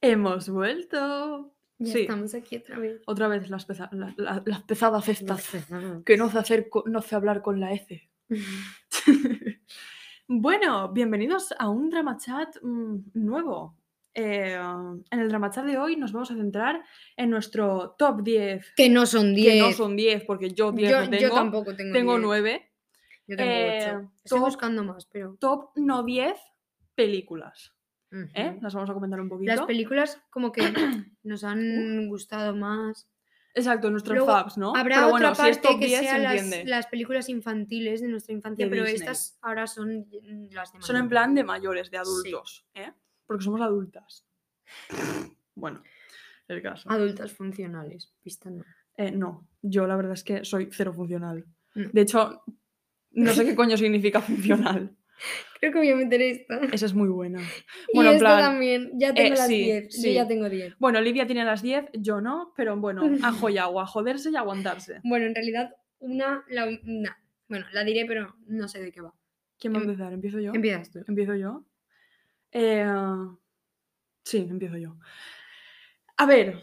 Hemos vuelto. Ya Sí. estamos aquí otra vez. Otra vez las, pesa- la- la- las pesadas estas. Empezamos. Que no sé, hacer co- no sé hablar con la S. bueno, bienvenidos a un drama chat mm, nuevo. Eh, en el drama chat de hoy nos vamos a centrar en nuestro top 10. Que no son 10. Que no son 10, porque yo 10 yo, no yo tengo. tampoco tengo tengo 10, 9. Yo tengo Eh, 8. Estoy top- buscando más, pero... Top no 10 películas. ¿eh? ujú. Las vamos a comentar un poquito. Las películas como que nos han gustado más. Exacto, nuestros Luego, faps, ¿no? Habrá Pero bueno, otra si parte es top que 10 se sea las, entiende. las películas infantiles de nuestra infancia, De pero Disney. estas ahora son mm, las de Son en mayor. plan de mayores, de Sí. adultos, ¿eh? Porque somos adultas. Bueno, el caso. Adultas funcionales, pista no. Eh, no, yo la verdad es que soy cero funcional. No. De hecho, no sé qué coño significa funcional. Creo que voy a meter esta. Esa es muy buena. y Bueno, en esta plan, eh, también. Ya tengo las sí, 10. sí. Yo ya tengo 10. Bueno, Olivia tiene las 10, yo no, pero bueno, ajo y agua, joderse y aguantarse. Bueno, en realidad, una, la, u- una. Bueno, la diré, pero no sé de qué va. ¿Quién va a Em- empezar? ¿Empiezo yo? Empiezas tú. ¿Empiezo yo? Eh, sí, empiezo yo. A ver,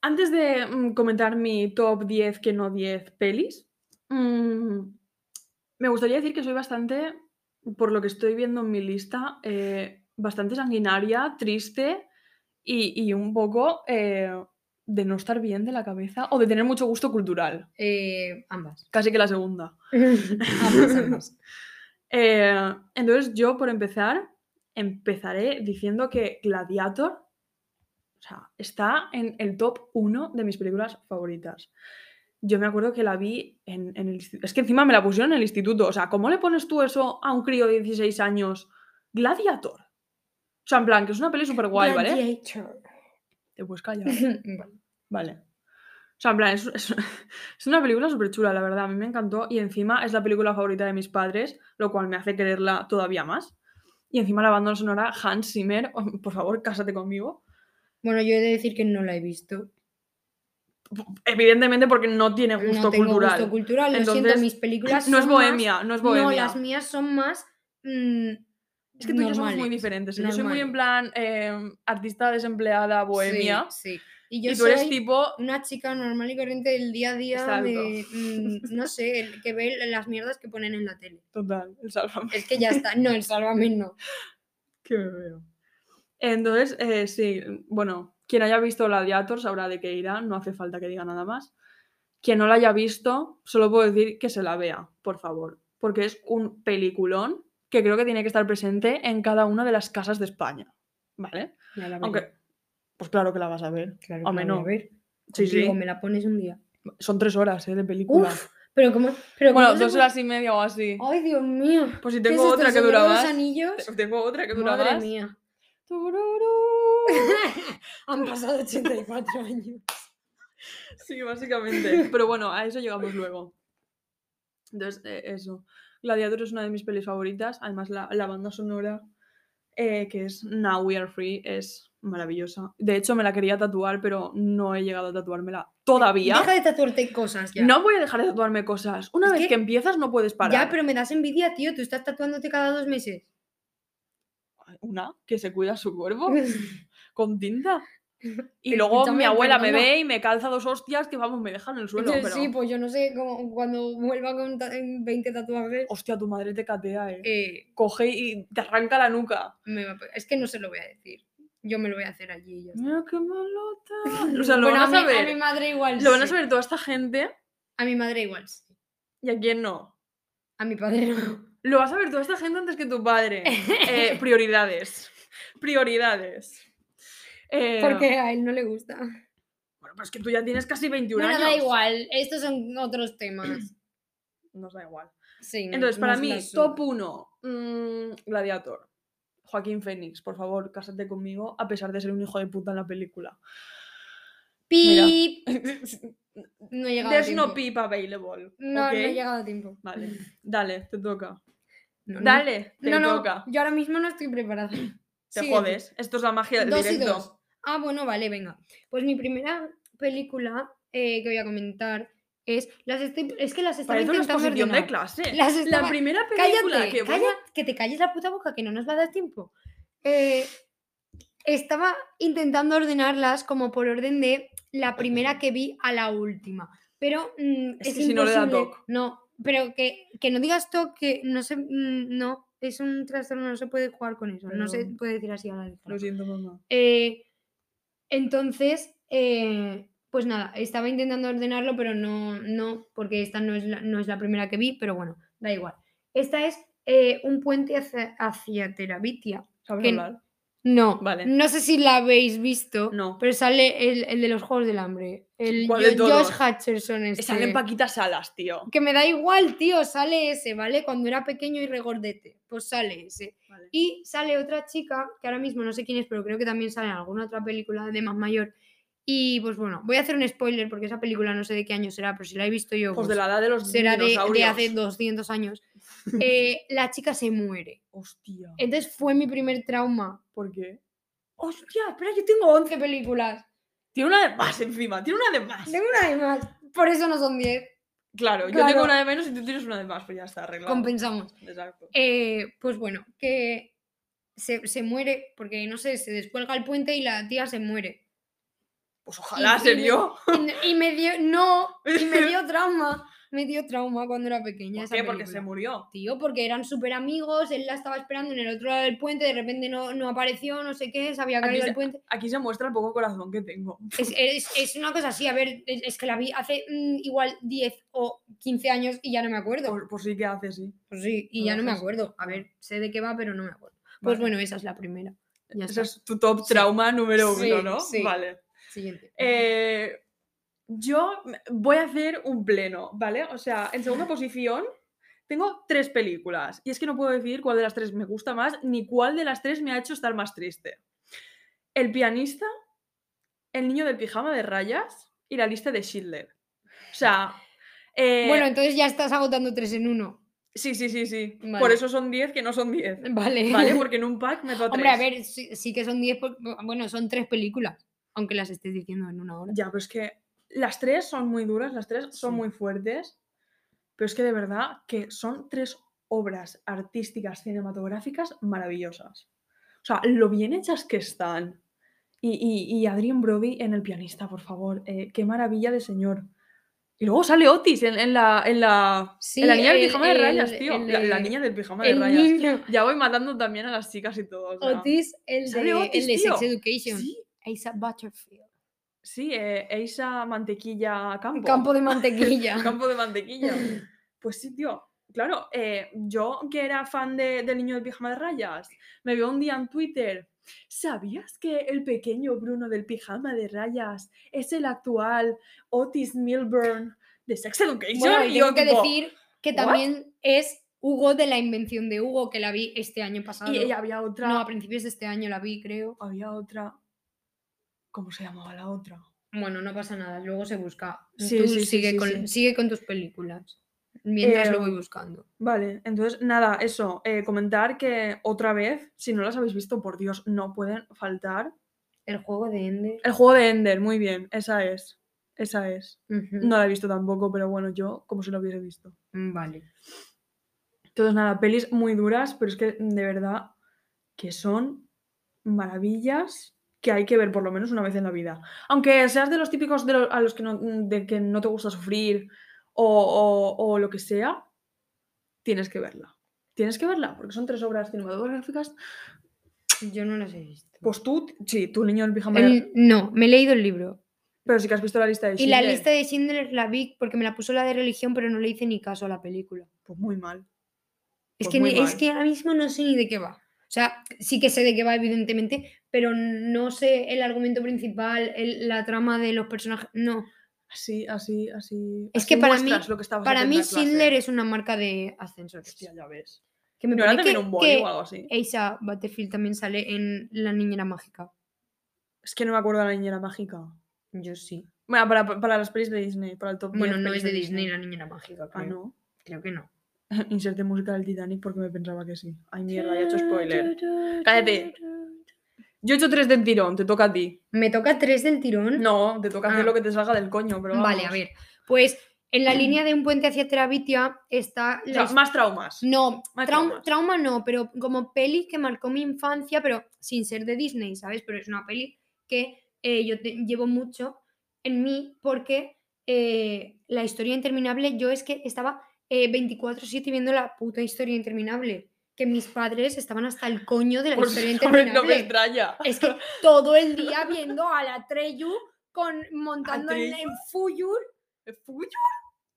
antes de mm, comentar mi top 10 que no 10 pelis, mm, me gustaría decir que soy bastante, por lo que estoy viendo en mi lista, eh, bastante sanguinaria, triste y, y un poco eh, de no estar bien de la cabeza o de tener mucho gusto cultural. Eh, ambas. Casi que la segunda. ambas, ambas. Eh, entonces yo, por empezar, empezaré diciendo que Gladiator o sea, está en el top 1 de mis películas favoritas. Yo me acuerdo que la vi en, en el instituto. Es que encima me la pusieron en el instituto. O sea, ¿cómo le pones tú eso a un crío de 16 años? Gladiator. O sea, en plan, que es una peli súper guay, ¿vale? Gladiator. Te puedes callar. Vale. Vale. O sea, en plan, es, es- es una película súper chula, la verdad. A mí me encantó. Y encima es la película favorita de mis padres, lo cual me hace quererla todavía más. Y encima la banda sonora Hans Zimmer, oh, por favor, cásate conmigo. Bueno, yo he de decir que no la he visto. Evidentemente porque no tiene gusto no tengo cultural. gusto cultural. Lo Entonces, siento, mis películas no es son más- bohemia, no es No, bohemia. las mías son más. mm, Es que tú y yo somos muy normales. diferentes. Yo soy muy en plan normales. eh, artista desempleada, bohemia. Sí, sí. Y yo y tú eres soy tipo una chica normal y corriente del día a día, Exacto. de, mm, no sé, el que ve las mierdas que ponen en la tele. total, el sálvame. Es que ya está. No, el sálvame no. que me veo. Entonces, eh, sí, bueno, quien haya visto Gladiator sabrá de qué irá, no hace falta que diga nada más. Quien no la haya visto, solo puedo decir que se la vea, por favor, porque es un peliculón que creo que tiene que estar presente en cada una de las casas de España, ¿vale? Ya la veré. Aunque, pues claro que la vas a ver. claro hombre, que la voy no. a ver. Sí, sí. Contigo, me la pones un día. Son tres horas eh, de película. Uf, pero como. Pero bueno, cómo se dos puede- horas y media o así. Ay, Dios mío. Pues si ¿Qué es tengo esto, otra el que Señor de dura los más. anillos? te- Tengo otra que dura Madre más. mía. Tururú. Han pasado 84 años. Sí, básicamente. Pero bueno, a eso llegamos luego. Entonces, eh, eso. Gladiator es una de mis pelis favoritas. Además, la, la banda sonora, eh, que es Now We Are Free, es maravillosa. De hecho, me la quería tatuar, pero no he llegado a tatuármela todavía. Deja de tatuarte cosas ya. No voy a dejar de tatuarme cosas. Una Es vez que... que- empiezas, no puedes parar. Ya, pero me das envidia, tío. Tú estás tatuándote cada dos meses. Una que se cuida su cuerpo con tinta. Y luego mi escúchame, abuela me perdona. ve y me calza dos hostias que, vamos, me dejan en el suelo. Sí, pero... Sí, pues yo no sé cómo, cuando vuelva con ta- en 20 tatuajes. Hostia, tu madre te catea, eh. eh, coge y te arranca la nuca. me va a pe- es que no se lo voy a decir. Yo me lo voy a hacer allí. y ya está. Mira qué malota. O sea, lo Bueno, van a mi- saber. mi madre igual. Lo van a sí. saber toda esta gente A mi madre igual. sí. y a quién no. A mi padre no. Lo va a saber toda esta gente antes que tu padre. Eh, prioridades. Prioridades. Eh, Porque a él no le gusta. Bueno, pero es que tú ya tienes casi 21 Bueno, años. da igual. Estos son otros temas. Nos da igual. Sí, no- Entonces, Mm, no para se mí, las suda. top 1, Gladiator. Joaquín Fénix, por favor, cásate conmigo, a pesar de ser un hijo de puta en la película. Mira. Pip. No he llegado a There's tiempo. no peep available. No, ¿ok? no he llegado a tiempo. Vale, dale, te toca. No, no. Dale, te No, no, toca. yo ahora mismo no estoy preparada. Te Sigue tú. jodes. Esto es la magia del Dos y directo. dos. Ah, bueno, vale, venga. Pues mi primera película eh, que voy a comentar es. Las estoy- es que las estaba Parece una intentando exposición de ordenar. clase. Las La estaba- primera película cállate, que que, voy a- que te calles la puta boca, que no nos va a dar tiempo. Eh, Estaba intentando ordenarlas como por orden de la primera que vi a la última. Pero mm, Es es que si no le da imposible- TOC. No, pero que, que no digas TOC, que no sé, mm, no, es un trastorno, no se puede jugar con eso, no se Perdón. puede decir así a la ligera. Lo siento, mamá. Eh, entonces, eh, pues nada, estaba intentando ordenarlo, pero no, no, porque esta no es, la, no es la primera que vi, pero bueno, da igual. Esta es eh, un puente hacia, hacia Terabitia. ¿Sabes Que- hablar? No, Vale. no sé si la habéis visto, No. pero sale el, el de los Juegos del Hambre. El ¿Cuál de Jo- Josh todos? Hutcherson este. Salen paquitas alas, tío. Que me da igual, tío, sale ese, ¿vale? Cuando era pequeño y regordete, pues sale ese. Y sale otra chica, que ahora mismo no sé quién es, pero creo que también sale en alguna otra película de más mayor. Y pues bueno, voy a hacer un spoiler porque esa película no sé de qué año será, pero si la he visto yo, Pues pues, de la edad de los será de- de, dinosaurios. hace 200 años. Eh, la chica se muere. Hostia. Entonces fue mi primer trauma. Ah, ¿Por qué? Hostia, espera, yo tengo 11. 11 películas. Tiene una de más encima, tiene una de más. Tengo una de más. Por eso no son 10. Claro, yo Claro. tengo una de menos y tú tienes una de más, pues ya está arreglado. Compensamos. Exacto. Eh, pues bueno, que se, se muere porque, no sé, se descuelga el puente y la tía se muere. Pues ojalá, y ser me- yo. Y n- Y me dio, no, y me dio trauma. Me dio trauma cuando era pequeña. ¿Por esa qué? Porque se película. murió. Tío, porque eran súper amigos, él la estaba esperando en el otro lado del puente, de repente no, no apareció, no sé qué, se había Aquí caído se- el puente. Aquí se muestra el poco corazón que tengo. Es, es- es una cosa así, a ver, es, es que la vi hace mm, igual 10 o 15 años y ya no me acuerdo. Por, por sí que hace, sí. Pues sí, y lo ya no me dejas. acuerdo. A ver, sé de qué va, pero no me acuerdo. Pues Vale. bueno, esa es la primera. Ya Ese está. es tu top Sí. trauma número Sí, uno, ¿no? sí. Vale. Siguiente. Eh, yo me- voy a hacer un pleno, ¿vale? O sea, en segunda posición tengo tres películas. Y es que no puedo decidir cuál de las tres me gusta más, ni cuál de las tres me ha hecho estar más triste. El pianista, El niño del pijama de rayas y la lista de Schindler. O sea... eh, bueno, entonces ya estás agotando tres en uno. sí, sí, sí, sí. Por Vale. eso son 10 que no son 10. Vale. ¿Vale? Porque en un pack me da Hombre, a tres. ver, sí, sí que son 10, por- bueno, son tres películas, aunque las estés diciendo en una hora. Ya, pero es que las tres son muy duras, las tres son Sí. muy fuertes, pero es que de verdad que son tres obras artísticas cinematográficas maravillosas. O sea, lo bien hechas que están. Y, y, y Adrien Brody en El pianista, por favor. eh, qué maravilla de señor. Y luego sale Otis en, en la, en, la, Sí, en la niña el- del pijama de rayas, el- tío. el la, la de- niña del pijama de El rayas. niño Ya voy matando también a las chicas y todo. o sea. Otis, el Sale de, Otis, el de Sex tío. Education. Sí, Asa Butterfield. sí, eh, Eisa Mantequilla Campo. Campo de mantequilla. campo de mantequilla. Pues sí, tío. Claro, eh, yo que era fan de, del niño del pijama de rayas, me veo un día en Twitter. ¿Sabías que el pequeño Bruno del pijama de rayas es el actual Otis Milburn de Sex Education? bueno, y Y tengo yo que tipo, decir que "What?". también es Hugo de la invención de Hugo, que la vi este año pasado. Y, y había otra. No, a principios de este año la vi, creo. Había otra. ¿Cómo se llamaba la otra? Bueno, no pasa nada, luego se busca. Sí, Tú sí, sí, sigue, sí, con, sí. sigue con tus películas. Mientras lo voy Em, buscando. Vale, entonces nada, eso, eh, comentar que otra vez, si no las habéis visto, por Dios, no pueden faltar. El juego de Ender. El juego de Ender, muy bien, esa es. Esa es. Ujú. Mm, No la he visto tampoco, pero bueno, yo como si lo hubiese visto. Vale. Entonces, nada, pelis muy duras, pero es que de verdad que son maravillas que hay que ver por lo menos una vez en la vida. Aunque seas de los típicos de lo- a los que no, de que no te gusta sufrir o, o- o lo que sea, tienes que verla. Tienes que verla, porque son tres obras cinematográficas. Yo no las he visto. Pues tú, sí, tu niño el pijama. El- no, me he leído el libro. Pero sí que has visto la lista de Y la Schindler. lista de Schindler la vi porque me la puso la de religión, pero no le hice ni caso a la película. Pues muy mal. Es, Pues que, muy ni- es mal. que ahora mismo no sé ni de qué va. O sea, sí que sé de qué va, evidentemente, pero no sé el argumento principal, el- la trama de los personajes. No. Así, así, así. Es así que para mí- muestras lo que estabas Para haciendo mí, en clase. Schindler es una marca de ascensores. Hostia, ya ves. Que me ¿No era parece también un boli o algo así? Asa Battlefield también sale en La Niñera Mágica. Es que no me acuerdo de la niñera mágica. Yo sí. Bueno, para, para las pelis de Disney, para el top Bueno, 10 no pelis es de Disney, La Niñera Mágica. Ah, creo. no. Creo que no. Inserte música del Titanic porque me pensaba que sí. Ay, mierda, ya Ah, he hecho spoiler. Cállate. Yo he hecho tres del tirón, te toca a ti. Me toca tres del tirón. No, te toca Ah. hacer lo que te salga del coño, pero. Vale, a vamos. ver. Pues En la línea de un puente hacia Terabitia está... O la sea, his- más traumas. No, más traum- traumas. trauma no, pero como peli que marcó mi infancia, pero sin ser de Disney, ¿sabes? Pero es una peli que eh, yo te- llevo mucho en mí porque eh, la historia interminable, yo es que estaba eh, 24/7 viendo la puta historia interminable, que mis padres estaban hasta el coño de la Pues, a historia ver, interminable. no me extraña. Es que todo el día viendo a la Treyu con, montando en, en Atreyu. Fuyur. Uy,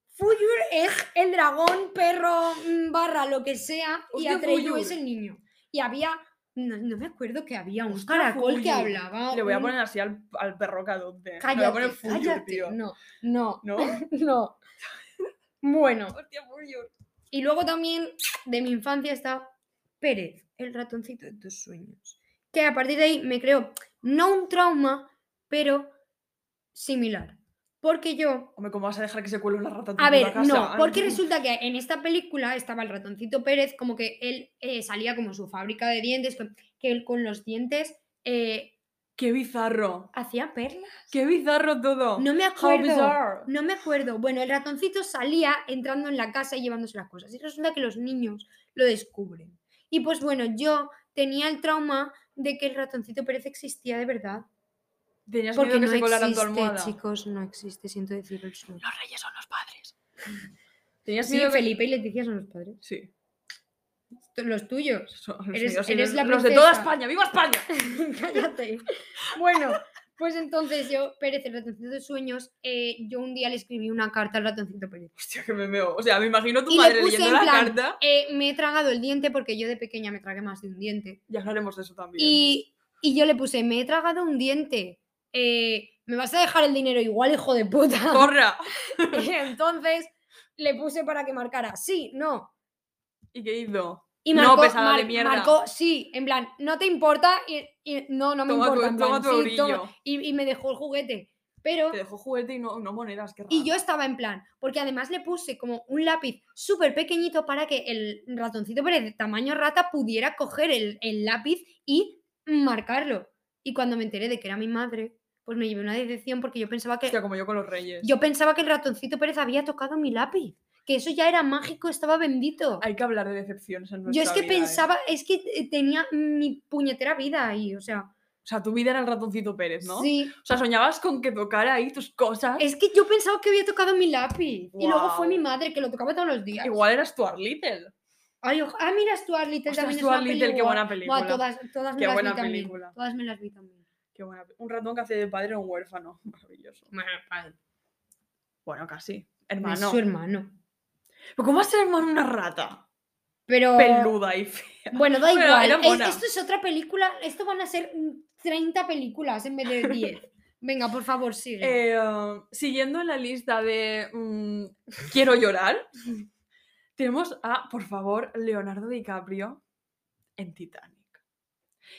Fuyur es el dragón, perro, mm, barra, lo que sea. Y Hostia, Atreyu es Fuyur. el niño. Y había... No, no me acuerdo que había un Hostia, caracol que Fuyur. hablaba. Le voy a un- poner así al, al perro cadonte. Le voy Cállate, a poner Fuyur, cállate. tío. No, no, ¿No? no. Bueno. Hostia, Fuyur. Y luego también de mi infancia está Pérez, el ratoncito de tus sueños. Que a partir de ahí me creo no un trauma, pero similar. Porque yo, Hombre, ¿cómo vas a dejar que se cuele una rata en tu a ver, puta casa? no, Ah, porque resulta que en esta película estaba el ratoncito Pérez, como que él eh, salía como su fábrica de dientes, con- que él con los dientes eh, ¡Qué bizarro! hacía perlas. ¡Qué bizarro todo! No me Oh, How acuerdo. bizarre. No me acuerdo. Bueno, el ratoncito salía entrando en la casa y llevándose las cosas. Y resulta que los niños lo descubren. Y pues bueno, yo tenía el trauma de que el ratoncito Pérez existía de verdad. Tenías Porque miedo que no se colara en tu existe, almohada. chicos, no existe, siento decirlo. solo. Los reyes son los padres. Tenías Sí, miedo que... Felipe y Leticia son los padres. Sí. T- Los tuyos. son- los Eres- míos, sí, eres los- la Los de toda princesa. España. ¡Viva España! Cállate. Bueno, pues entonces yo, Pérez, el ratoncito de sueños, eh, yo un día le escribí una carta al ratoncito Pérez. Hostia, que me veo. O sea, me imagino tu Y le madre puse leyendo en la plan- carta. Eh, me he tragado el diente porque yo de pequeña me tragué más de un diente. Ya hablaremos de eso también. Y, y yo le puse, me he tragado un diente. eh, ¿Me vas a dejar el dinero igual, hijo de puta? ¡Corra! Y entonces le puse para que marcara, sí, no. ¿Y qué hizo? Y No, marcó, pesada de mierda. marcó sí, en plan, no te importa, y, y no, no me Toma tu- importa. en plan, toma tu sí, toma. orillo. Y, y me dejó el juguete. Pero, Te dejó juguete y no, no monedas, qué y raro. yo estaba en plan, porque además le puse como un lápiz súper pequeñito para que el ratoncito pero de tamaño rata pudiera coger el, el lápiz y marcarlo. Y cuando me enteré de que era mi madre, pues me llevé una decepción porque yo pensaba que Hostia, como yo con los reyes. yo pensaba que el ratoncito Pérez había tocado mi lápiz, que eso ya era mágico, estaba bendito. Hay que hablar de decepciones en Yo nuestra es que vida, ¿eh? pensaba, es que eh, tenía mi puñetera vida ahí, o sea, O sea, tu vida era el ratoncito Pérez, ¿no? sí, O sea, soñabas con que tocara ahí tus cosas. es que yo pensaba que había tocado mi lápiz y luego fue mi Guau. madre que lo tocaba todos los días. Igual eras tu Art Little. Ay, oja- ah, mira, Stuart Little Ostras, también Stuart es una Little, qué peli guay. buena película. Buah, todas, todas me Qué las buena vi también. película. Todas me las vi también. Qué buena- Un ratón que hace de padre a un huérfano. Maravilloso. Bueno, Bueno, casi. Es Hermano. su hermano. ¿Pero cómo va a ser hermano una rata? Pero. Peluda y fea. Bueno, da Pero igual. era es- mona. esto es otra película. Esto van a ser mm, 30 películas en vez de 10. Venga, por favor, sigue. Eh, um, siguiendo la lista de mm, Quiero llorar, tenemos a, por favor, Leonardo DiCaprio en Titanic.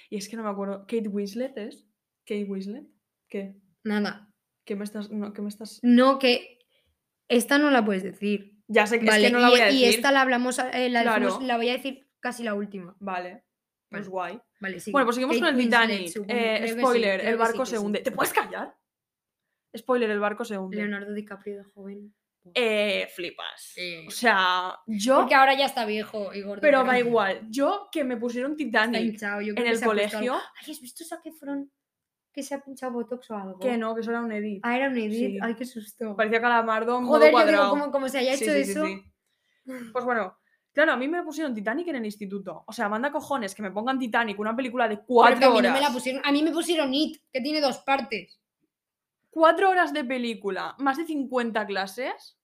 Y es que no me acuerdo. ¿Kate Winslet es? ¿Kate Winslet? ¿Qué? Nada. ¿Qué me estás.? No, ¿qué me estás... No, que. Esta no la puedes decir. Ya sé que es Vale, que no la y, e-, voy a y decir. esta la hablamos, eh, la, decimos- Claro. la voy a decir casi la última. Vale. Pues Vale. guay. Vale, sí. Bueno, pues seguimos con el Titanic. Eh, spoiler, el barco se hunde. ¿Te puedes callar? Spoiler, el barco se hunde. Leonardo DiCaprio de joven. Eh, flipas. Sí. O sea, yo. Porque ahora ya está viejo y gordo. Pero da igual. Yo que me pusieron Está Titanic hinchado. Yo en creo que el se ha puesto algo- colegio. Ay, ¿has visto Zac Efron? Que se ha pinchado Botox o algo. Que no, que eso era un edit. Ah, era un edit. Sí. Ay, qué susto. Parecía calamardo en modo Joder, yo digo, cuadrado. como, como se haya Sí, hecho sí, sí, eso. sí. Pues bueno. Claro, a mí me pusieron Titanic en el instituto. O sea, manda cojones que me pongan Titanic, una película de Pero que a cuatro mí no horas. me la pusieron. A mí me pusieron It, que tiene dos partes. Cuatro horas de película, más de 50 clases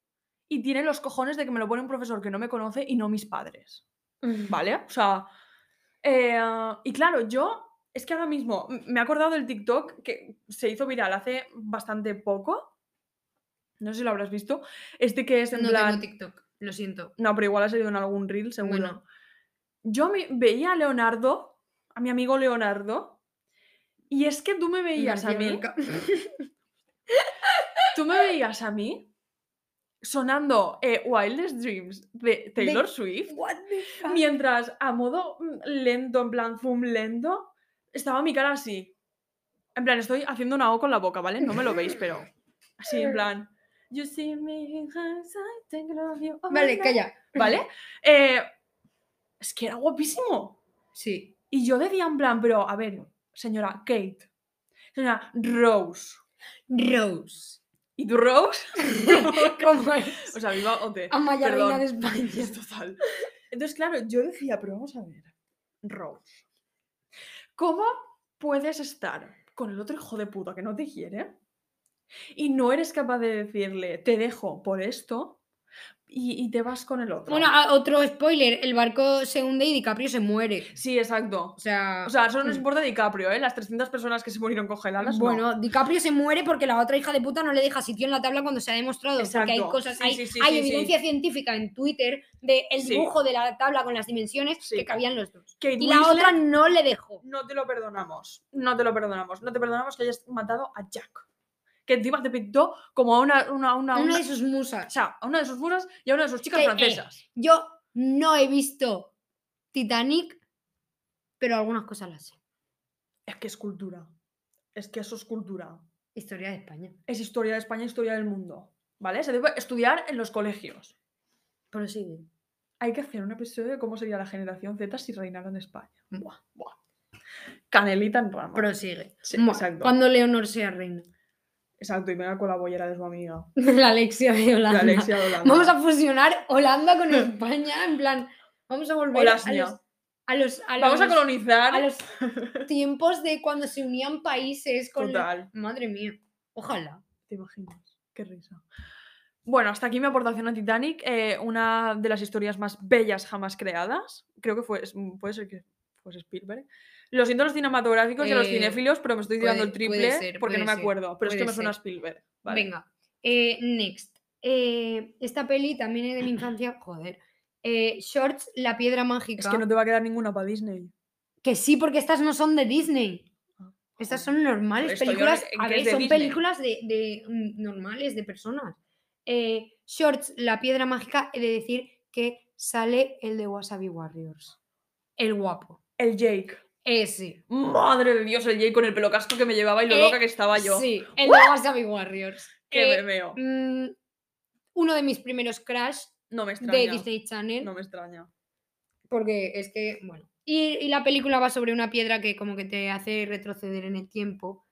y tiene los cojones de que me lo pone un profesor que no me conoce y no mis padres. ¿Vale? O sea. eh, y claro, yo. Es que ahora mismo m- me he acordado del TikTok que se hizo viral hace bastante poco. No sé si lo habrás visto. Este que es en No plan. tengo TikTok, lo siento. No, pero igual ha salido en algún reel, seguro. Bueno. Yo me- veía a Leonardo, a mi amigo Leonardo, y es que tú me veías a García mí. Lorca. Tú me veías a mí sonando eh, Wildest Dreams de Taylor Swift. What the fuck? Mientras a modo mm, lento, en plan zoom lento, estaba mi cara así. En plan, estoy haciendo una O con la boca, ¿vale? No me lo veis, pero así, en plan. You see me as I think of you all Vale, night. calla. ¿Vale? Eh, es que era guapísimo. Sí. Y yo decía en plan, pero a ver, señora Kate, señora Rose. Rose. ¿Y tú Rose? ¿Cómo es? O sea, viva OT. Amaya perdón. Reina de España. Es total. Entonces, claro, yo decía, pero vamos a ver, Rose, ¿cómo puedes estar con el otro hijo de puta que no te quiere y no eres capaz de decirle, te dejo por esto y, y te vas con el otro? Bueno, ah, otro spoiler. El barco se hunde y DiCaprio se muere. Sí, exacto. O sea... O sea, solo nos mm. importa DiCaprio, ¿eh? Las 300 personas que se murieron congeladas. no. Bueno, DiCaprio se muere porque la otra hija de puta no le deja sitio en la tabla cuando se ha demostrado. Porque hay Exacto. cosas, Sí, hay, sí, sí, hay sí, sí. evidencia científica en Twitter de el Sí. dibujo de la tabla con las dimensiones Sí. que cabían los dos. Kate Y la otra Winslet, no le dejó. no te lo perdonamos. No te lo perdonamos. No te perdonamos que hayas matado a Jack. Que encima te pintó como a una, una, una, A una una- de sus O musas. sea, a una de sus musas y a una de sus chicas Que, eh, francesas. Yo no he visto Titanic, pero algunas cosas las sé. Es que es cultura. Es que eso es cultura. Historia de España. Es historia de España, historia del mundo. ¿Vale? Se debe estudiar en los colegios. Pero sí. Hay que hacer un episodio de cómo sería la generación Z si reinara en España. Buah, buah. Canelita en rama. Prosigue. Sí, Bueno, exacto. Cuando Leonor sea reina. Exacto, y venga con la bollera de su amiga. La Alexia de de Holanda. Alexia de Holanda. Vamos a fusionar Holanda Hmm. con España. En plan, vamos a volver a Holasnia. los, a los- a Vamos a los- colonizar. a los tiempos de cuando se unían países con. la- Total. Madre mía. Ojalá. Te imaginas. Qué risa. Bueno, hasta aquí mi aportación a Titanic, eh, una de las historias más bellas jamás creadas. Creo que fue, es- mm, puede ser que fuese Spielberg. Lo siento a los cinematográficos y a los Eh, cinefilos, pero me estoy puede- tirando el puede triple ser, porque no me puede ser, acuerdo. Pero es que puede me suena a ser. Spielberg. Vale. Venga. eh, next. Eh, esta peli también es de mi infancia. Joder. Eh, Shorts, la piedra mágica. Es que no te va a quedar ninguna para Disney. Que sí, porque estas no son de Disney. Ah, Estas joder. son normales, estoy películas. en A que ver, es de son Disney. películas de, de, mm, normales, de personas. Eh, Shorts, la piedra mágica, he de decir que sale el de Wasabi Warriors. El guapo. El Jake. Ese. Madre de Dios, el Jake con el pelo casco que me llevaba y lo Eh, loca que estaba yo. Sí, el de Wasabi Warriors. Que me que, veo. mm, uno de mis primeros crash No me de extraña. Disney Channel. No me extraña. Porque es que, bueno. Y, y la película va sobre una piedra que como que te hace retroceder en el tiempo.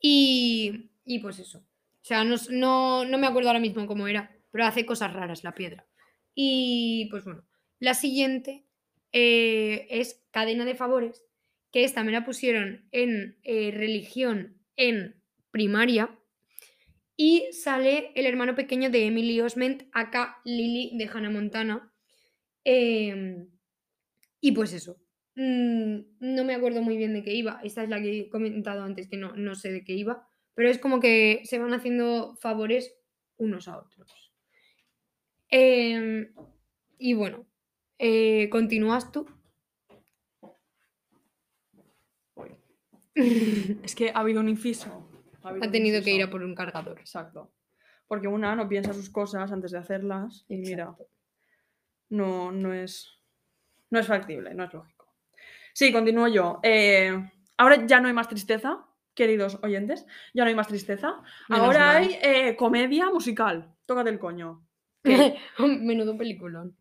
Y, y pues eso. O sea, no, s- no, no me acuerdo ahora mismo cómo era, pero hace cosas raras la piedra. Y pues bueno. La siguiente eh, es Cadena de Favores, que esta me la pusieron en eh, religión en primaria. Y sale el hermano pequeño de Emily Osment, acá Lily de Hannah Montana. Em, y pues eso. Mm, No me acuerdo muy bien de qué iba. Esta es la que he comentado antes que no, no sé de qué iba. Pero es como que se van haciendo favores unos a otros. Em, y bueno, eh, continúas tú. Voy. ha Es que ha habido un inciso. Ha, habido un tenido que ir inciso. a por un cargador. Exacto. Porque una no piensa sus cosas antes de hacerlas y mira, Exacto. no, no, es, no es factible, no es lógico. Sí, continúo yo. Eh, ahora ya no hay más tristeza, queridos oyentes, ya no hay más tristeza. Menos ahora mal. hay eh, comedia musical. Tócate el coño. ¿Qué? Menudo peliculón.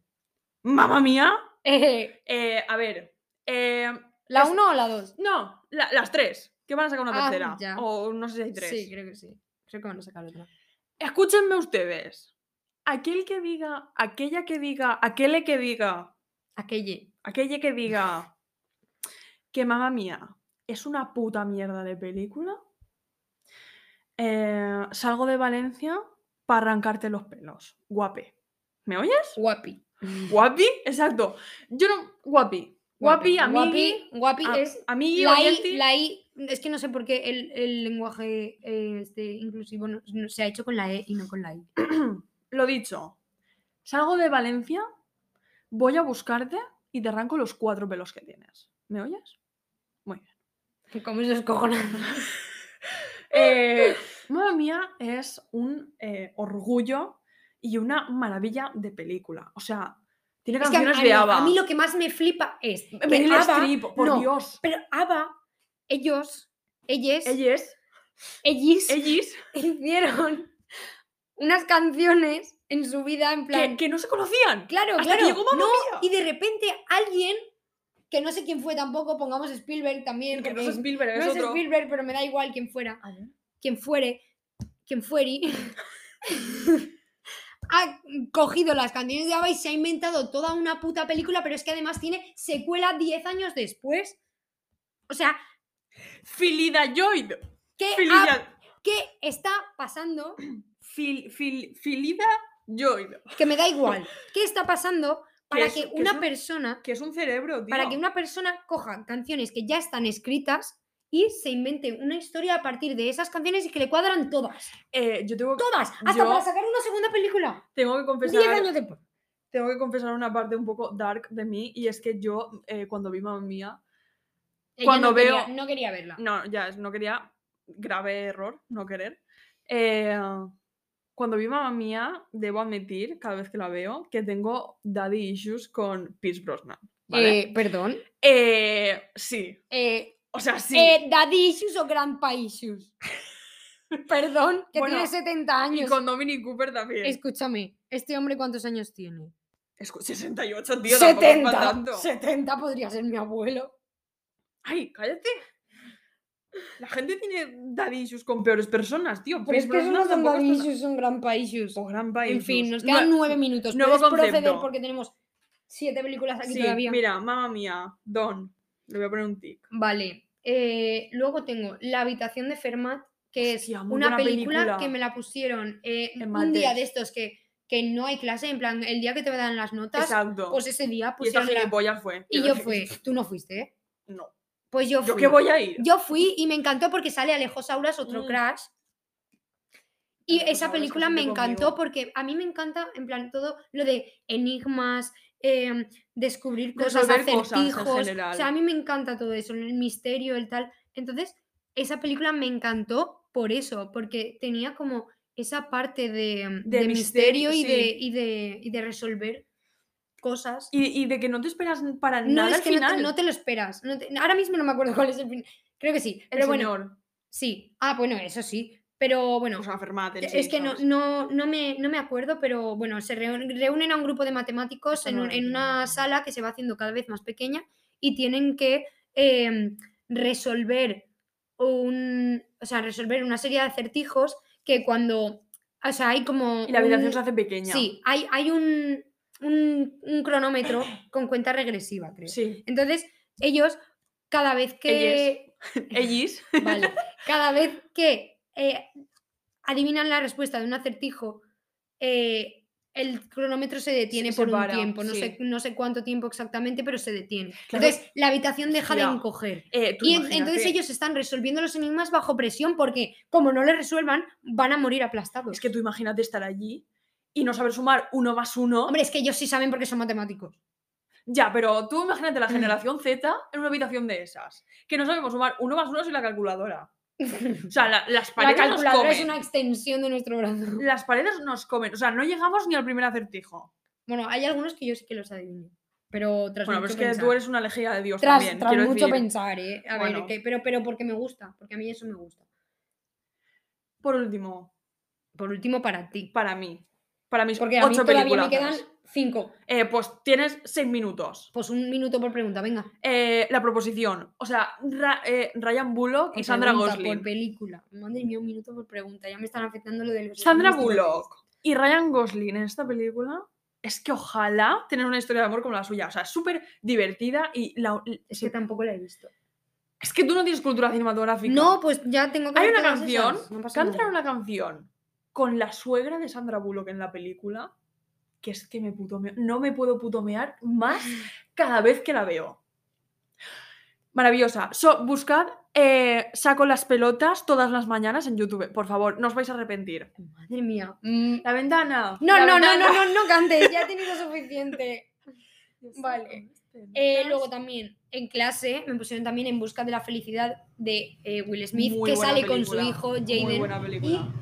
¡Mamma mía! Eh, Eh, a ver. eh, ¿La Es- 1 o la 2? no, la- las tres. Que van a sacar una Ah, tercera. ya. O no sé si hay tres. Sí, creo que sí. Creo que van a sacar otra. Escúchenme ustedes. Aquel que diga, aquella que diga, aquel que diga, Aquelle. aquella que diga que mamá mía es una puta mierda de película, eh, salgo de Valencia para arrancarte los pelos. Guape. ¿Me oyes? Guapi. Guapi, exacto. Yo no. Guapi. Guapi, Guapi, amigui. guapi a- es amigui, la I, oyenti. la I. Es que no sé por qué el, el lenguaje eh, este inclusivo no- no- se ha hecho con la E y no con la I. Lo dicho. Salgo de Valencia, voy a buscarte y te arranco los cuatro pelos que tienes. ¿Me oyes? ¿Cómo se escojonan? Eh, Mamma Mía es un eh, orgullo y una maravilla de película. O sea, tiene Es que a, canciones a de mí- ABBA. a mí lo que más me flipa es que Meryl ABBA- Streep, por no, Dios. Pero ABBA, ellos, ellas, Ellas, ellis, ellis, hicieron unas canciones en su vida, en plan. Que, que no se conocían. Claro, Hasta que claro. llegó Mamma no, Mía. y de repente alguien, que no sé quién fue tampoco, pongamos Spielberg también. Que no es porque Spielberg, eh, no es es otro. Spielberg, pero me da igual quién fuera. A ver. Quien fuere, quien fuere. ha cogido las canciones de Ava y se ha inventado toda una puta película, pero es que además tiene secuela 10 años después. O sea, Eh, Filidayoid. ¿qué, ha- Filida, qué está pasando? fil, fil- filidayoid. Que me da igual. ¿Qué está pasando para es- que, que es una un- persona Que es un cerebro, tío. para que una persona coja canciones que ya están escritas y se invente una historia a partir de esas canciones y que le cuadran todas. Eh, yo tengo, Todas. Hasta Yo- para sacar una segunda película. tengo que confesar. Diez años después. tengo que confesar una parte un poco dark de mí y es que yo eh, cuando vi Mamma Mía, Ella Cuando no quería- veo- no quería verla. no, ya es- no quería, grave error, no querer. Eh, cuando vi Mamma Mía, debo admitir cada vez que la veo que tengo daddy issues con Pierce Brosnan, ¿vale? Eh, perdón. Eh, sí, Eh, o sea, sí. eh, daddy issues o grandpa issues. perdón, que Bueno, tiene 70 y años. con Dominic Cooper también. Escúchame, ¿este hombre cuántos años tiene? Escu- 68, tío, tampoco es pa' 70. tanto. 70 podría ser mi abuelo. Ay, cállate. La gente tiene daddy issues con peores personas, tío. Pero es Pierce que eso no Brosnan son tampoco es daddy tan- issues, son grandpa issues. O Grandpa En fin, Issues. nos Nue- quedan nueve minutos. nuevo Puedes proceder concepto. porque tenemos siete películas aquí Sí, todavía. mira, mamá mía, Don. Le voy a poner un tic. Vale. eh, luego tengo La habitación de Fermat, que es Hostia, muy una buena película, película. que me la pusieron eh, En un día Mates. de estos que, que no hay clase, en plan, el día que te dan las notas, Exacto. pues ese día y esta pusieron la... gilipollas fue. Y yo fui. Tú no fuiste, ¿eh? No. Pues yo fui. ¿Yo qué voy a ir? Yo fui y me encantó porque sale Alejo Sauras, otro Mm. crash. Y Alejo esa Sauras, película me cásate encantó conmigo. porque a mí me encanta, en plan, todo lo de enigmas, em, descubrir cosas, Resolver cosas en acertijos. o sea, general. a mí me encanta todo eso, el misterio, el tal. Entonces, esa película me encantó por eso, porque tenía como esa parte de, De de misterio, misterio, y, sí. de, y, de, y de resolver cosas. Y, y de que no te esperas para no nada es al que no te- final. No, te, lo esperas. no te- ahora mismo no me acuerdo cuál es el final. Creo que sí. El pero bueno, señor. Sí. Ah, bueno, eso sí. Pero bueno, e, O sea, Fermat en es sí, que no, ¿sabes? no, no, me, no me acuerdo, pero bueno, se reun- reúnen a un grupo de matemáticos Eso en, no un- lo en entiendo, una no. sala que se va haciendo cada vez más pequeña y tienen que em, resolver un, o sea, resolver una serie de acertijos que cuando, o sea, hay como Y la habitación un- se hace pequeña. Sí, hay, hay un, un, un cronómetro con cuenta regresiva, creo. Sí. Entonces, ellos cada vez que, Ellis. Vale. Cada vez que eh, adivinan la respuesta de un acertijo, eh, el cronómetro se detiene se por para, un tiempo. No, sí. sé, no sé cuánto tiempo exactamente, pero se detiene. Claro. Entonces, la habitación deja de Hostia. encoger. Eh, tú Y en- entonces imagínate. ellos están resolviendo los enigmas bajo presión porque, como no le resuelvan, van a morir aplastados. Es que tú imagínate estar allí y no saber sumar uno más uno. Hombre, es que ellos sí saben porque son matemáticos. Ya, pero tú imagínate la Mm. generación Z en una habitación de esas. Que no sabemos sumar uno más uno sin la calculadora. O sea, la- las La paredes nos calculadora comen. es una extensión de nuestro brazo. Las paredes nos comen. O sea, no llegamos ni al primer acertijo. Bueno, hay algunos que yo sí que los adivino. Pero tras Bueno, pero mucho es que Pues pensar. tú eres una lejía de Dios tras, también. tras quiero mucho decir, pensar, ¿eh? A ver, Bueno. que- pero, pero porque me gusta, porque a mí eso me gusta. Por último, Por último, para ti. para mí. Para mis Porque a mí Pues ocho todavía películas. me quedan cinco. pues tienes seis minutos. Pues un minuto por pregunta, venga. Eh, la proposición. O sea, Ra- eh, Ryan Bullock y Por Sandra pregunta, Por Gosling. película. Madre mía, un minuto por pregunta. Ya me están afectando lo de los... Sandra exámenes que no tenéis. Bullock y Ryan Gosling en esta película. Es que ojalá tener una historia de amor como la suya. O sea, es súper divertida y la- Es que tampoco la he visto. es que tú no tienes cultura cinematográfica. No, pues ya tengo que Hay ver una todas canción, esas, no pasa cantan nada. una canción con la suegra de Sandra Bullock en la película, que es que me putomeo, no me puedo putomear más cada vez que la veo. Maravillosa. So, buscad eh, Saco las pelotas todas las mañanas en YouTube, por favor, no os vais a arrepentir. Madre mía. Mm. La ventana. No, la no, no, ventana. no, no, no cantes. Ya he tenido suficiente. Vale. Eh, luego también en clase me pusieron también en busca de la felicidad de eh, Will Smith, Muy que buena sale con su película, hijo Muy Jaden. buena película.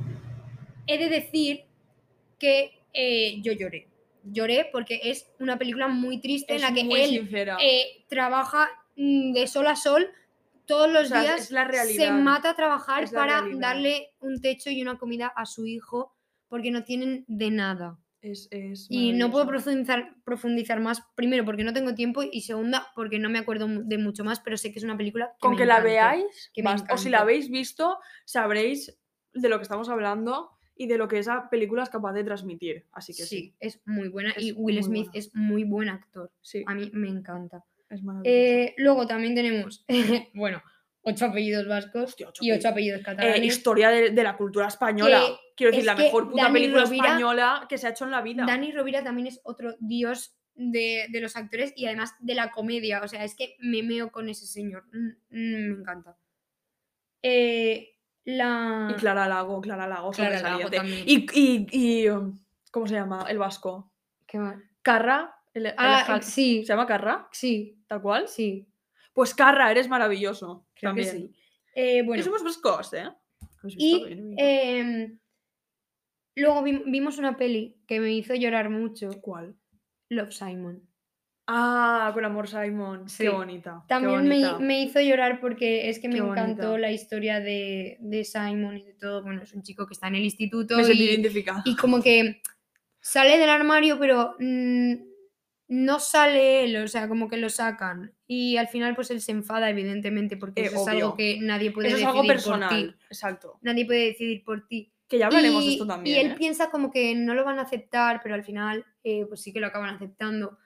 He de decir que eh, yo lloré. Lloré porque es una película muy triste Es en la que muy él sincera. eh, trabaja mm, de sol a sol todos los O sea, días. es la realidad. se mata a trabajar Es la para realidad. darle un techo y una comida a su hijo porque no tienen de nada. Es, es Y no puedo maravilloso. profundizar, profundizar más, primero porque no tengo tiempo y segunda porque no me acuerdo mu- de mucho más, pero sé que es una película que Con me que la encantó. veáis, que me basta. o si encantó. la habéis visto, sabréis de lo que estamos hablando y de lo que esa película es capaz de transmitir. Así que Sí, sí. es muy buena y es Will muy Smith buena. es muy buen actor. Sí, A mí me encanta. es maravilloso. Ah, Eh, luego también tenemos, bueno, ocho apellidos vascos Hostia, ocho y ocho apellidos. apellidos Eh, catalanes. historia de, de la cultura española. que Quiero decir, es la que mejor puta Dani película Rovira- española que se ha hecho en la vida. Dani Rovira también es otro dios de, de los actores y además de la comedia. O sea, es que me meo con ese señor. Mm, mm, me encanta. Eh, la... Y Clara Lago, Clara Lago, Clara Lago sobresaliente. también. Y, y, y, um, ¿cómo se llama? El vasco. ¿Qué más? Carra. el- el Ah, Hack- sí, ¿Se llama Carra? sí, ¿Tal cual? sí. Pues Carra, eres maravilloso. Creo también. que sí. Eh, bueno, Que somos vascos, ¿eh? ¿Habéis visto y que viene mi- em, luego vi- vimos una peli que me hizo llorar mucho, ¿Cuál? Love Simon. Ah, con amor Simon. Sí. Qué bonita. qué También me, bonita. me hizo llorar porque es que me Qué encantó bonita. la historia de, de Simon y de todo. Bueno, es un chico que está en el instituto Me sentí y, identificada. y como que sale del armario, pero mm, no sale él, o sea, como que lo sacan. Y al final pues él se enfada, evidentemente, porque Eh, eso es algo obvio. que nadie puede Eso es decidir algo por ti. personal. Exacto. Nadie puede decidir por ti. Que ya hablaremos de y, esto y también. él ¿eh? piensa como que no lo van a aceptar, pero al final eh, pues sí que lo acaban aceptando.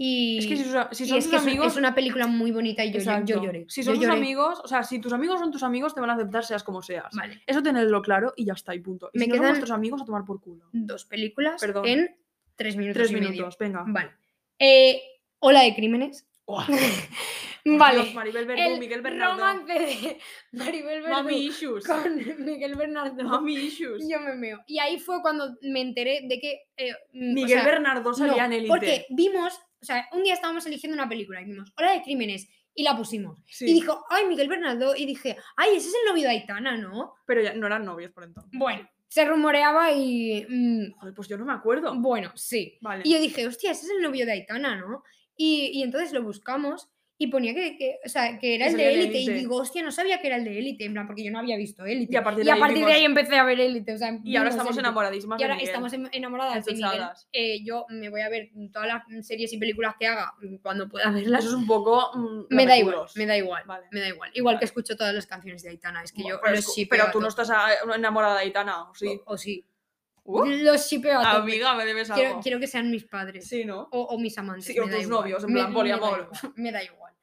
Y Es que si, sus- si y son es sus que es un- amigos. es una película muy bonita y yo, yo- yo Exacto. lloré. Si yo son tus lloré. amigos, o sea, si tus amigos son tus amigos, te van a aceptar seas como seas. Vale. Eso tenedlo claro y ya está, y punto. Y Me si no son quedan- vuestros amigos, a tomar por culo. Dos películas Perdón. en tres minutos. Tres y medio. minutos, venga. Vale. Eh, Ola de crímenes. Buah, Dios, vale. Maribel Verdú, El Miguel Bernardo. romance de Maribel Verdú Mami issues. con Miguel Bernardo. Mami issues. Yo me meo. Y ahí fue cuando me enteré de que. eh, mm, o Miguel sea, Bernardo salía no, en Elite. Porque vimos, o sea, un día estábamos eligiendo una película y vimos Ola de crímenes y la pusimos. Sí, Y dijo, ay, Miguel Bernardo. Y dije, ay, ese es el novio de Aitana, ¿no? pero ya no eran novios por entonces. Bueno, se rumoreaba y. mm, Joder, pues yo no me acuerdo. bueno, sí. Vale. Y yo dije, hostia, ese es el novio de Aitana, ¿no? Y, y entonces lo buscamos y ponía que, que- o sea, que era Que el salía de en élite. Y Élite. digo, hostia, no sabía que era el de élite, en plan, porque yo no había visto élite. Y a partir de ahí vimos- empecé a ver élite. O sea, Y ahora vimos estamos Élite. enamoradísimas Y ahora de Miguel. estamos em- enamoradas de Miguel. Enchufadas. Eh, yo me voy a ver todas las mm, series y películas que haga mm, cuando pueda verlas. Eso es un poco... mm, me da igual, lameculos. me da igual, Vale. me da igual. Igual Vale. que escucho todas las canciones de Aitana, es que yo Bueno, pero, los es- shipeo pero a tú no tope. estás ah, enamorada de Aitana, ¿o sí? O, o sí, Uh, los shipeo a tope. amiga, me debes algo. Quiero, quiero que sean mis padres. Sí, ¿no? o, o mis amantes. Sí, o me da tus igual, novios, en me- plan, me da poliamor. igual, Me da igual.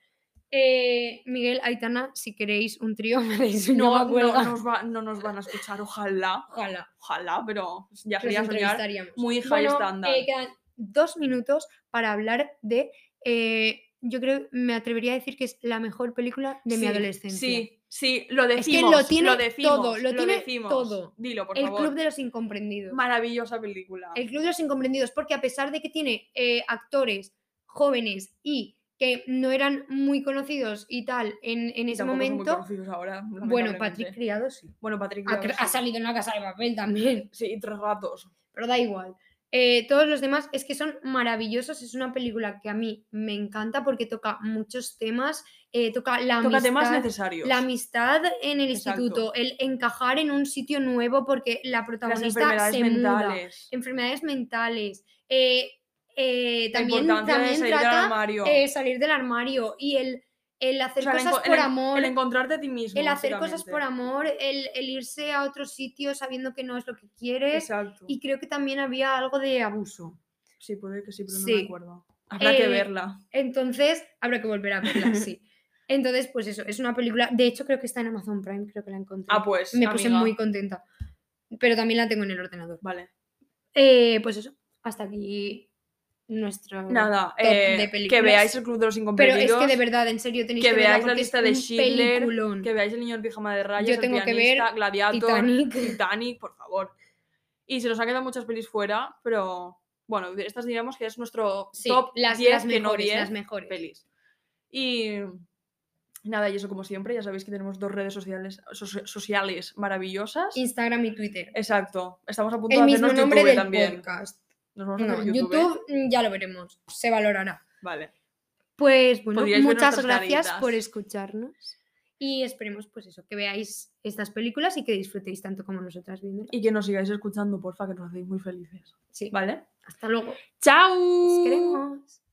Eh, Miguel, Aitana, si queréis un trío, me dais un No, llama cuelga. no, nos va- no nos van a escuchar, ojalá. Ojalá. Ojalá, pero ya Los sería soñar entrevistaríamos. muy high Bueno, standard. eh, quedan dos minutos para hablar de. eh, yo creo, me atrevería a decir que es la mejor película de mi Sí, adolescencia. Sí, sí, lo Es que decimos. lo tiene todo, decimos, lo tiene decimos. todo. Dilo, por El favor. Club de los Incomprendidos. Maravillosa película. El Club de los Incomprendidos, porque a pesar de que tiene eh, actores jóvenes y que no eran muy conocidos y tal en, en Y tampoco ese son muy momento, conocidos ahora, bueno, Patrick lamentablemente. Criado sí. Bueno, Patrick. Ha, Leonard, cre- ha sí. salido en la casa de papel también, Sí, y tres gatos. pero da igual. Eh, todos los demás es que son maravillosos. Es una película que a mí me encanta porque toca muchos temas. eh, toca la Toca temas amistad, necesarios. la amistad en el Exacto. instituto, el encajar en un sitio nuevo porque la Las protagonista enfermedades se muda. mentales. Enfermedades mentales. eh, eh, La también importancia de también salir del trata armario. eh, salir del armario y el, el hacer sea, el cosas enco- el por en- amor. el encontrarte a ti mismo. el hacer cosas por básicamente. amor, el, el irse a otro sitio sabiendo que no es lo que quieres. Exacto. Y creo que también había algo de abuso. Sí, puede que sí, pero no Sí. me acuerdo. Habrá que Eh, verla. Entonces, habrá que volver a verla, sí. Entonces, pues eso, es una película. De hecho, creo que está en Amazon Prime, creo que la encontré. Ah, pues. Me puse amiga. muy contenta. Pero también la tengo en el ordenador. Vale. Eh, pues eso, hasta aquí nuestro. Nada, top de eh, que películas. veáis el Club de los Pero Incomprendidos. es que de verdad, en serio, tenéis que que, verla veáis la porque es lista de un Schindler, peliculón. Que veáis el niño en pijama de rayas, Yo El tengo que ver Pianista, Gladiator, Titanic. Titanic, por favor. Y se nos han quedado muchas pelis fuera, pero bueno, de estas diríamos que es nuestro Sí, top las, 10 las que no mejores, 10 las mejores. pelis. Y nada, y eso como siempre, ya sabéis que tenemos dos redes sociales, so- sociales maravillosas. Instagram y Twitter. Exacto, estamos a punto El de mismo hacernos nombre YouTube del también. podcast. Nos vamos a No, hacer YouTube, mm, ya lo veremos, se valorará. Vale. Pues bueno, Podríais ver muchas nuestras gracias por caritas. escucharnos Y esperemos, pues eso, que veáis estas películas y que disfrutéis tanto como nosotras viéndolas. Y que nos sigáis escuchando, porfa, que nos hacéis muy felices. Sí. ¿Vale? Hasta luego. ¡Chao! Os queremos.